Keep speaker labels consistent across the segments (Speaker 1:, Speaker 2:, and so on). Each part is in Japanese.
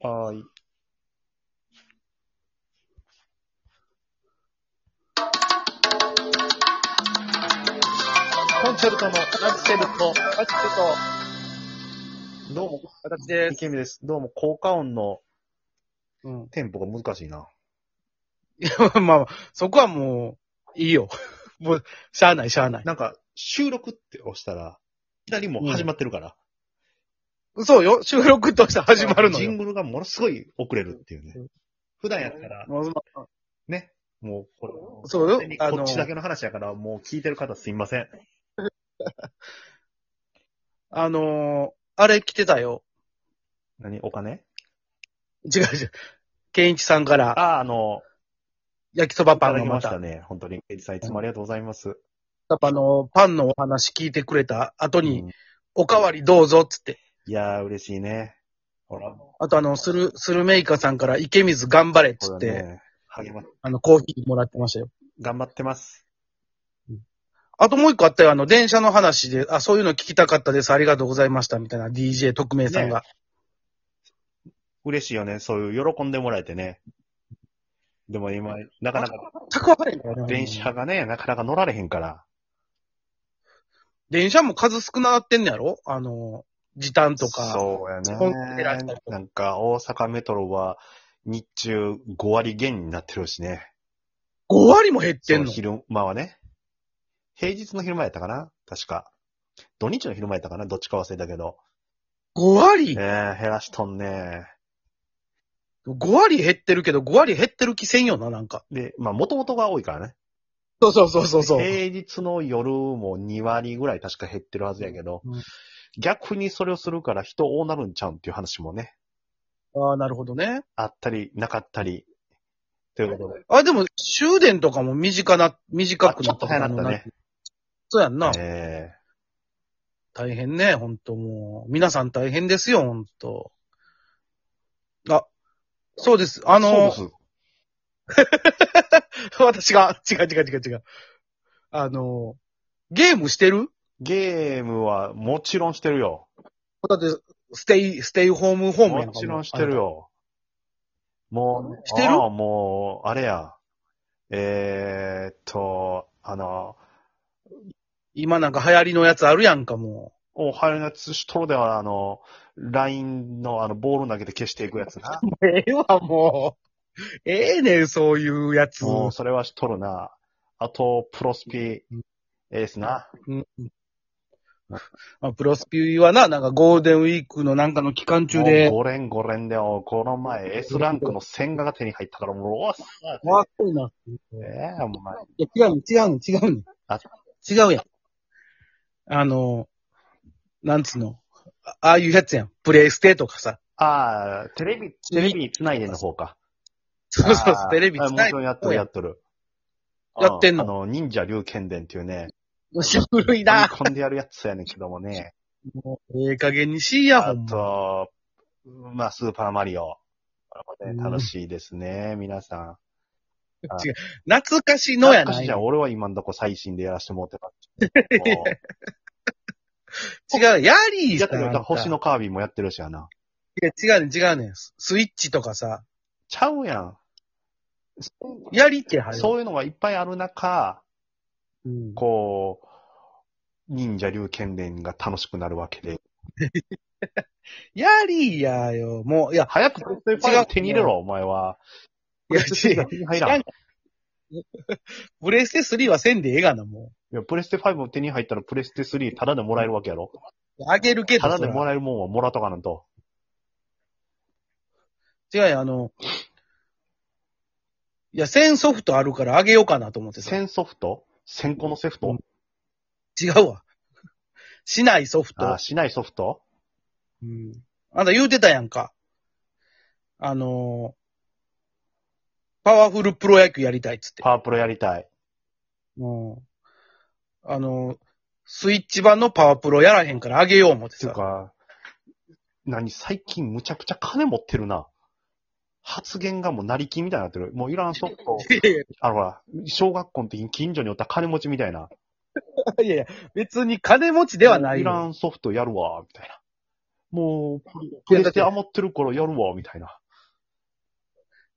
Speaker 1: はーい。コンチェルトのラジチェルト。
Speaker 2: はい、ちょ
Speaker 1: どうも、
Speaker 2: っと、私で
Speaker 1: 池見です。どうも、効果音の
Speaker 2: す。
Speaker 1: テンポが難しいな。
Speaker 2: うん。 まあ、そこはもう、いいよ。 もう、しゃあない、しゃあない。
Speaker 1: なんか、収録って押したら、いきなりもう始まってるから。
Speaker 2: そうよ、収録として始まるの
Speaker 1: ジン
Speaker 2: よ。
Speaker 1: グルがものすごい遅れるっていうね
Speaker 2: うん。
Speaker 1: 普段やったら、
Speaker 2: もう
Speaker 1: ね、もうこれ、
Speaker 2: そうよあ
Speaker 1: こ
Speaker 2: の
Speaker 1: っちだけの話やから、もう聞いてる方すいません。
Speaker 2: あのー、あれ来てたよ。
Speaker 1: 何お金
Speaker 2: 違う違う。ケンイチさんから、
Speaker 1: ああ、あの、
Speaker 2: 焼きそば
Speaker 1: い
Speaker 2: パ
Speaker 1: た
Speaker 2: ン
Speaker 1: だ
Speaker 2: の
Speaker 1: きま
Speaker 2: ま、
Speaker 1: したたね。本当に。エリさん、いつもありがとうございます。
Speaker 2: あの、パンのお話聞いてくれた後
Speaker 1: う
Speaker 2: に
Speaker 1: ん、
Speaker 2: おかわりどうぞっつって。
Speaker 1: いやー、嬉しいね。ほら、こ
Speaker 2: あとあの、スル、スルメイカさんから池水頑張れっつって、
Speaker 1: れね、励ま、
Speaker 2: あの、コーヒーもらってましたよ。
Speaker 1: 頑張ってます。
Speaker 2: あともう一個あったよ、あの、電車の話で、あ、そういうの聞きたかったです、ありがとうございました、みたいな DJ 特命さんが。
Speaker 1: 嬉しいよね。そういう、喜んでもらえてね。でも今、なかなか、
Speaker 2: 全くわからへんからね。
Speaker 1: 電車がね、なかなか乗られへんから。
Speaker 2: 電車も数少ななってんねやろあの、時短とか。
Speaker 1: そうや
Speaker 2: 本当に偉い人
Speaker 1: ね。なんか、大阪メトロは、日中5割減になってるしね。
Speaker 2: 5割も減ってん
Speaker 1: そ
Speaker 2: の
Speaker 1: う昼間はね。平日の昼間やったかな確か。土日の昼間やったかなどっちか忘れたけど。
Speaker 2: ?5 割
Speaker 1: ねえ、減らしとんね。
Speaker 2: ?5 割減ってるけど、5割減ってる気せんよな、なんか。
Speaker 1: で、まあ、もともとが多いからね。
Speaker 2: そうそうそうそうそう。
Speaker 1: 平日の夜も2割ぐらい確か減ってるはずやけど、
Speaker 2: うん
Speaker 1: 逆にそれをするから人多なるんちゃうんっていう話もね、
Speaker 2: ああ、なるほどね。
Speaker 1: あったり、なかったり、ということで。
Speaker 2: あ、でも終電とかも短な、短くな
Speaker 1: あちょっ
Speaker 2: った
Speaker 1: と早なった
Speaker 2: あ
Speaker 1: ね
Speaker 2: のんそうやんな。
Speaker 1: え
Speaker 2: 大変ね、ほんともう。皆さん大変ですよ、ほんと。あ、そうです。あ
Speaker 1: あ
Speaker 2: の、
Speaker 1: そうです。
Speaker 2: 私が、違う違う違う違う。あの、ゲームしてる
Speaker 1: ゲームはもちろんしてるよ。
Speaker 2: だって、ステイ、ステイホームホームや
Speaker 1: もちろんしてる。よ。もう、
Speaker 2: してる
Speaker 1: ああもう、あれや。えー、っと、あの、
Speaker 2: 今なんか流行りのやつあるやんか、も
Speaker 1: おはようなつしとるでは、あの、LINE のあの、ボール投げて消していくやつな。
Speaker 2: う。ええわ、もう。ええねん、そういうやつ。
Speaker 1: もう、それはしとるな。あと、プロスピエースな。
Speaker 2: うんまあ、プロスピはな、なんかゴールデンウィークのなんかの期間中で、
Speaker 1: もう5連5連で、おこの前 S ランクの千賀が手に入ったから、もう、おっさ
Speaker 2: あ、そうな。
Speaker 1: ええお前。
Speaker 2: いや、違うね、違うね、違うね
Speaker 1: あ。
Speaker 2: 違うやん。あの、なんつうの。あああいうやつやん。プレイステとかさ。
Speaker 1: ああ、テレビ、テレビ繋いでの方か。
Speaker 2: そうそう
Speaker 1: あ、ー
Speaker 2: テレビ
Speaker 1: あ
Speaker 2: つ
Speaker 1: も
Speaker 2: ない
Speaker 1: ちろんやっとる、やっとる。
Speaker 2: やってんの
Speaker 1: あの、忍者龍剣伝っていうね、
Speaker 2: もうしゃぶるい
Speaker 1: 飲み
Speaker 2: な。
Speaker 1: 込んでやるやつやねんけどもね。
Speaker 2: もうええ加減にしいや、ほ
Speaker 1: あ
Speaker 2: んま。
Speaker 1: と、まあ、スーパーマリオ。これもね、
Speaker 2: うん
Speaker 1: 楽しいですね、皆さん。
Speaker 2: 懐かしのや
Speaker 1: 懐か
Speaker 2: な
Speaker 1: し
Speaker 2: い。
Speaker 1: いじゃん、俺は今んとこ最新でやらしてもらってます。 もう
Speaker 2: 違う、ヤリー
Speaker 1: や
Speaker 2: さ
Speaker 1: って
Speaker 2: ん
Speaker 1: る
Speaker 2: あんた。
Speaker 1: 星のカービィもやってるしやな。
Speaker 2: いや違うね、違うね。ススイッチとかさ、
Speaker 1: ちゃうやん。
Speaker 2: ヤリって入る。
Speaker 1: そういうのがいっぱいある中、
Speaker 2: うん
Speaker 1: こう、忍者竜剣伝が楽しくなるわけで。
Speaker 2: ヤリーやよ。もう、いや、
Speaker 1: 早くプレステ5を手に入れろ、お前は。
Speaker 2: いや
Speaker 1: プレステ5手に入らん。い
Speaker 2: プレステ3はせんでええがな、も
Speaker 1: や、プレステ5を手に入ったらプレステ3タダでもらえるわけやろ。
Speaker 2: う。あげるけど。
Speaker 1: タダで
Speaker 2: そら
Speaker 1: もらえるもんはもらっとかなんと。
Speaker 2: 違うよ、あの、いや、1000ソフトあるからあげようかなと思ってさ。
Speaker 1: 1000ソフト ?1000 個のソフ
Speaker 2: う
Speaker 1: ト
Speaker 2: ん違うわ。しないソフ
Speaker 1: あ
Speaker 2: ト
Speaker 1: ー、。しないソフト
Speaker 2: うん。あんた言うてたやんか。あのーパワフルプロ野球やりたいっつって。
Speaker 1: パワープロやりたい。
Speaker 2: うん。あのースイッチ版のパワープロやらへんからあげよう思って
Speaker 1: ていう
Speaker 2: さ。
Speaker 1: か、何最近むちゃくちゃ金持ってるな。発言がもう成り金みたいになってる。もういらんソフ ト。
Speaker 2: いやい
Speaker 1: あのほら、小学校の時に近所におった金持ちみたいな。
Speaker 2: やいやいや、別に金持ちではない
Speaker 1: いら
Speaker 2: よ。
Speaker 1: んソフトやるわ、みたいな。もう、プレステ余ってるからやるわ、みたいな。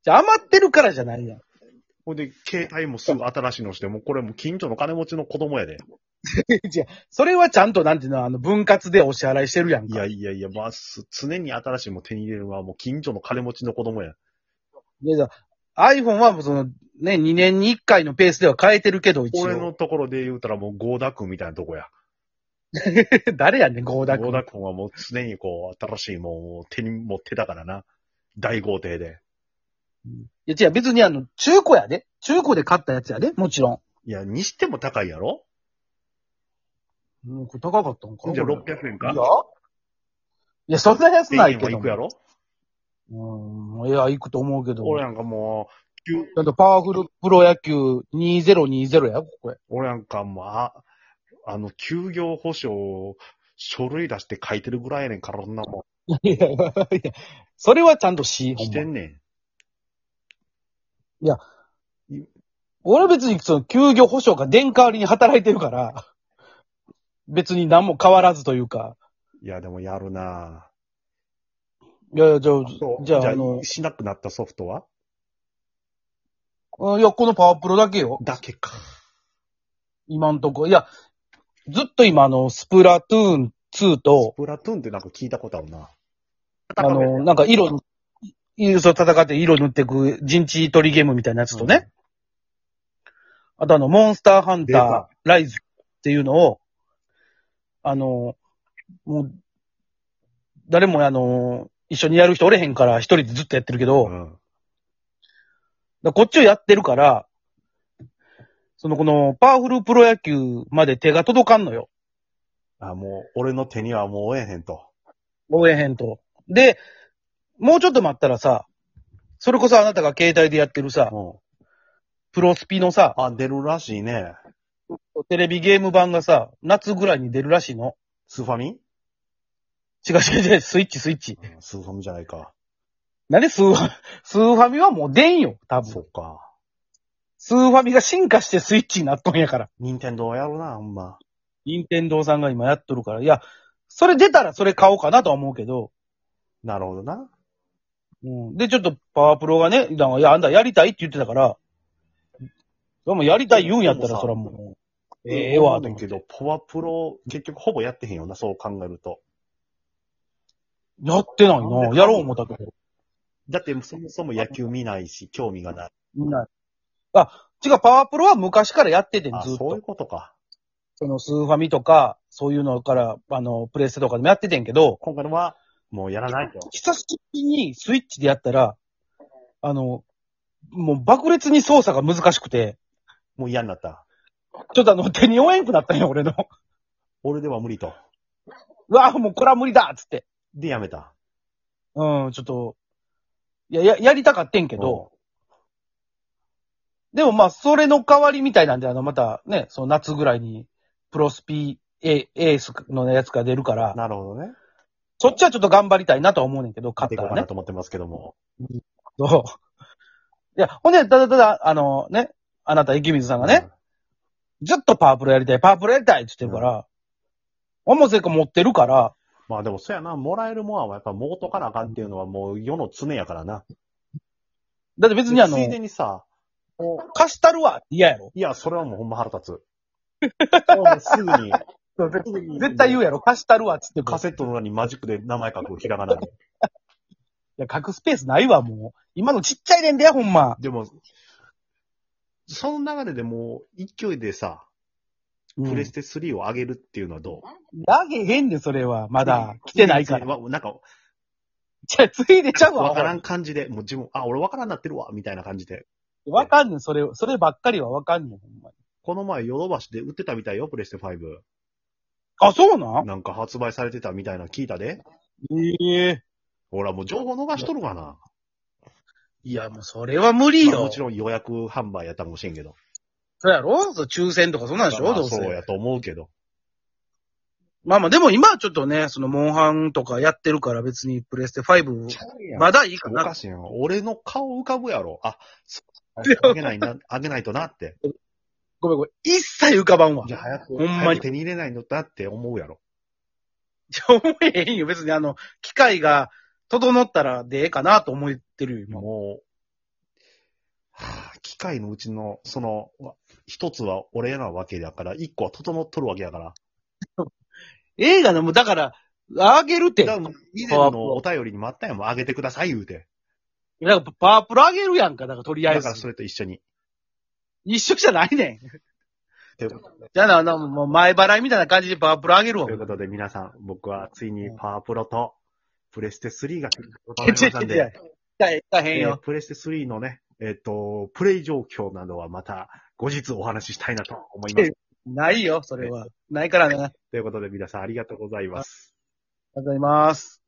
Speaker 2: じゃあ余ってるからじゃないやん。
Speaker 1: ほんで、携帯もすぐ新しいのして、もうこれもう近所の金持ちの子供やで。
Speaker 2: じゃそれはちゃんと、なんていうの、あの、分割でお支払いしてるやん
Speaker 1: い
Speaker 2: か。
Speaker 1: やいやいや、まあ、す常に新しいもん手に入れるのはもう近所の金持ちの子供や。
Speaker 2: いや、iPhone はもうその、ね、2年に1回のペースでは変えてるけど、一
Speaker 1: 俺
Speaker 2: 応。
Speaker 1: のところで言うたらもうゴーダ君みたいなとこや。
Speaker 2: 誰やねん、ゴー
Speaker 1: ゴ
Speaker 2: ダ
Speaker 1: ー
Speaker 2: 君。
Speaker 1: ダ君はもう常にこう、新しいもんを手に持ってたからな。大豪邸で。
Speaker 2: いや、違う、別にあの、中古やで。中古で買ったやつやで、もちろ
Speaker 1: いや、にしても高いやろ
Speaker 2: ん。うん、これ高かったんか
Speaker 1: じゃあ
Speaker 2: これ
Speaker 1: 600円
Speaker 2: い
Speaker 1: か
Speaker 2: やいや、そんなやつないけ
Speaker 1: は
Speaker 2: ど。
Speaker 1: 行くやろ
Speaker 2: うん、いや、行くと思うけど。
Speaker 1: 俺なんかもう、急
Speaker 2: ちゃんとパワフルプロ野球2020や、ここへ。
Speaker 1: 俺なんかもう、あ、あの、休業保障、書類出して書いてるぐらいやねんから、そんなも
Speaker 2: いやいやいや、 それはちゃんとし、
Speaker 1: ん。
Speaker 2: ほん
Speaker 1: し
Speaker 2: ま
Speaker 1: てんねん。
Speaker 2: 俺別にその休業保障が電代わりに働いてるから、別に何も変わらずというか。
Speaker 1: いや、でもやるない
Speaker 2: やいや、じゃあ
Speaker 1: ぁ、
Speaker 2: じゃあ、あの、
Speaker 1: しなくなったソフトは
Speaker 2: うんいや、このパワープロだけよ。
Speaker 1: だけか。
Speaker 2: 今んとこ。いや、ずっと今あの、スプラトゥーン2
Speaker 1: ス
Speaker 2: と、
Speaker 1: プラトゥーンってなんか聞いたことあるな。
Speaker 2: あの、なんか色塗、色そう戦って色塗ってく陣地取りゲームみたいなやつとね。あとあの、モンスターハン
Speaker 1: 出た
Speaker 2: ター、ライズっていうのを、あの、もう、誰もあの、一緒にやる人おれへんから一人でずっとやってるけど、
Speaker 1: う
Speaker 2: だか
Speaker 1: ん。
Speaker 2: らこっちをやってるから、そのこのパワフルプロ野球まで手が届かんのよ。
Speaker 1: あ、もう、俺の手にはもう負えへんと。
Speaker 2: 応援へんと。で、もうちょっと待ったらさ、それこそあなたが携帯でやってるさ、
Speaker 1: うん。
Speaker 2: プロスピのさ、
Speaker 1: あ、出るらしいね。
Speaker 2: テレビゲーム版がさ、夏ぐらいに出るらしいの。
Speaker 1: スーファミ
Speaker 2: 違う違う違う、スイッチスイッチ。
Speaker 1: うんスーファミじゃないか。
Speaker 2: なんでスーファ、スーファミ はもう出んよ、多
Speaker 1: そ
Speaker 2: 分。
Speaker 1: っか。
Speaker 2: スーファミが進化してスイッチになっとんやから。
Speaker 1: 任天堂やるな、ほんま。
Speaker 2: 任天堂さんが今やっとるから。いや、それ出たらそれ買おうかなとは思うけど。
Speaker 1: なるほどな。
Speaker 2: うん。で、ちょっとパワープロがね、だからいや、あんたやりたいって言ってたから、でもやりたい言うんやったら、それはもう、ええわ、と
Speaker 1: ね
Speaker 2: 思
Speaker 1: ん
Speaker 2: って
Speaker 1: け。ど、パワプロ、結局ほぼやってへんよな、そう考えると。
Speaker 2: やってないな。やろう思ったけど。
Speaker 1: だって、そもそも野球見ないし、興味がない。
Speaker 2: みんな。あ、違う、パワープロは昔からやっててん
Speaker 1: あ、
Speaker 2: ずっ
Speaker 1: そうい
Speaker 2: と
Speaker 1: う。ことか。
Speaker 2: そのスーファミとか、そういうのから、あの、プレステとかでもやっててんけど、
Speaker 1: 今回のは、もうやらないと。
Speaker 2: 久しぶりにスイッチでやったら、あの、もう爆裂に操作が難しくて、
Speaker 1: もう嫌になった。
Speaker 2: ちょっとあの、 手に負えんくなったんよ、俺の。
Speaker 1: 俺では無理と。
Speaker 2: うわあ、もうこれは無理だっつって。
Speaker 1: で、やめた。
Speaker 2: うん、ちょっと、いや、や、やりたかってんけど、でもまあ、それの代わりみたいなんで、あの、またね、その夏ぐらいに、プロスピエ、エースのやつが出るか
Speaker 1: うん
Speaker 2: ら、
Speaker 1: なるほどね。
Speaker 2: そっちはちょっと頑張りたいなとは思うねんけど、
Speaker 1: 買
Speaker 2: 勝
Speaker 1: っ
Speaker 2: っ
Speaker 1: てい
Speaker 2: た
Speaker 1: こ
Speaker 2: ら
Speaker 1: うか
Speaker 2: ね
Speaker 1: な。と思ってますけども。
Speaker 2: そう。 いや、ほんで、ただただ、あのね、あなた、池水さんがね、ずっとパワープロやりたい、パワープロやりたいって言ってるから、俺もせっか持ってるから、
Speaker 1: まあでも、そやな、もらえるもんはやっぱもうとかなあかんっていうのはもう世の常やからな。
Speaker 2: だって別にあの
Speaker 1: つ、いでにさ、も
Speaker 2: 貸したるわって嫌やろ。
Speaker 1: ういや、それはもうほんま腹立つ。 もうすぐに、
Speaker 2: 絶対言うやろ、貸したるわって言って
Speaker 1: カ
Speaker 2: る。
Speaker 1: セットの裏にマジックで名前書く、ひらがなで。
Speaker 2: いや、書くスペースないわ、もう。今のちっちゃいねんだよ、ほんま。
Speaker 1: でも、その流れでもう、勢いでさ、プレステ3を上げるっていうのはどう、
Speaker 2: あげへんで、それは。まだ、来てないから。
Speaker 1: わなんか、
Speaker 2: じゃあ、ついでちゃうわ。
Speaker 1: わからん感じで、もう自分、あ、俺わからんなってるわ、みたいな感じで。
Speaker 2: わかんねん、それ、そればっかりはわかんねん、ほんまに。
Speaker 1: この前、ヨドバシで売ってたみたいよ、プレステ5。
Speaker 2: あ、そうな
Speaker 1: なんか発売されてたみたいなの聞いたで。
Speaker 2: ええ
Speaker 1: 俺はもう情報逃しとるかな。
Speaker 2: いや、もうそれは無理
Speaker 1: まあ
Speaker 2: よ。
Speaker 1: もちろん予約販売やったかもしれんけど。
Speaker 2: そうやろそう抽選とかそんなんでし
Speaker 1: ま
Speaker 2: ょ
Speaker 1: あ
Speaker 2: どうせ。
Speaker 1: そうやと思うけど。
Speaker 2: まあまあ、でも今はちょっとね、その、モンハンとかやってるから別にプレステ5、まだいいか
Speaker 1: お
Speaker 2: な
Speaker 1: か。しいよ。俺の顔浮かぶやろ。あ、そうあげないな、あげないとなって。
Speaker 2: ごめんごめん。一切浮かばんわ
Speaker 1: い。や、早く、
Speaker 2: ほんまに
Speaker 1: 早く手に入れないのだって思うやろ。
Speaker 2: や、思えへんよ。別にあの、機械が整ったらでええかなと思ってるよ、今。
Speaker 1: もう、はあ、機械のうちの、その、わ一つは俺なわけだから、一個は整っとるわけだから。
Speaker 2: 映画の、もうだから、あげるって。
Speaker 1: だ
Speaker 2: だ
Speaker 1: か
Speaker 2: から
Speaker 1: 以前のお便りにもあったやん、もうあげてください言うて。
Speaker 2: らパワープロあげるやんか。だからとりあえ
Speaker 1: だ
Speaker 2: ず
Speaker 1: から。それと一緒に。
Speaker 2: 一緒じゃないねん。
Speaker 1: ということで
Speaker 2: じゃあな、なもう前払いみたいな感じでパワープロあげるわ
Speaker 1: とい。うことで皆さん、僕はついにパワープロとプレステ3が来ること
Speaker 2: いや
Speaker 1: になりま
Speaker 2: い
Speaker 1: した
Speaker 2: や
Speaker 1: ん
Speaker 2: い
Speaker 1: で、
Speaker 2: やいやいやいやいやいやいやいやいやいやいやいやいやいやいやいやいや
Speaker 1: えープレステ3のね、えっ、と、プレイ状況などはまた後日お話ししたいなと思いま
Speaker 2: え
Speaker 1: す
Speaker 2: え。ないよ、それは。ないからね。ありがと
Speaker 1: ということで皆さんありがとうございます。
Speaker 2: うございます。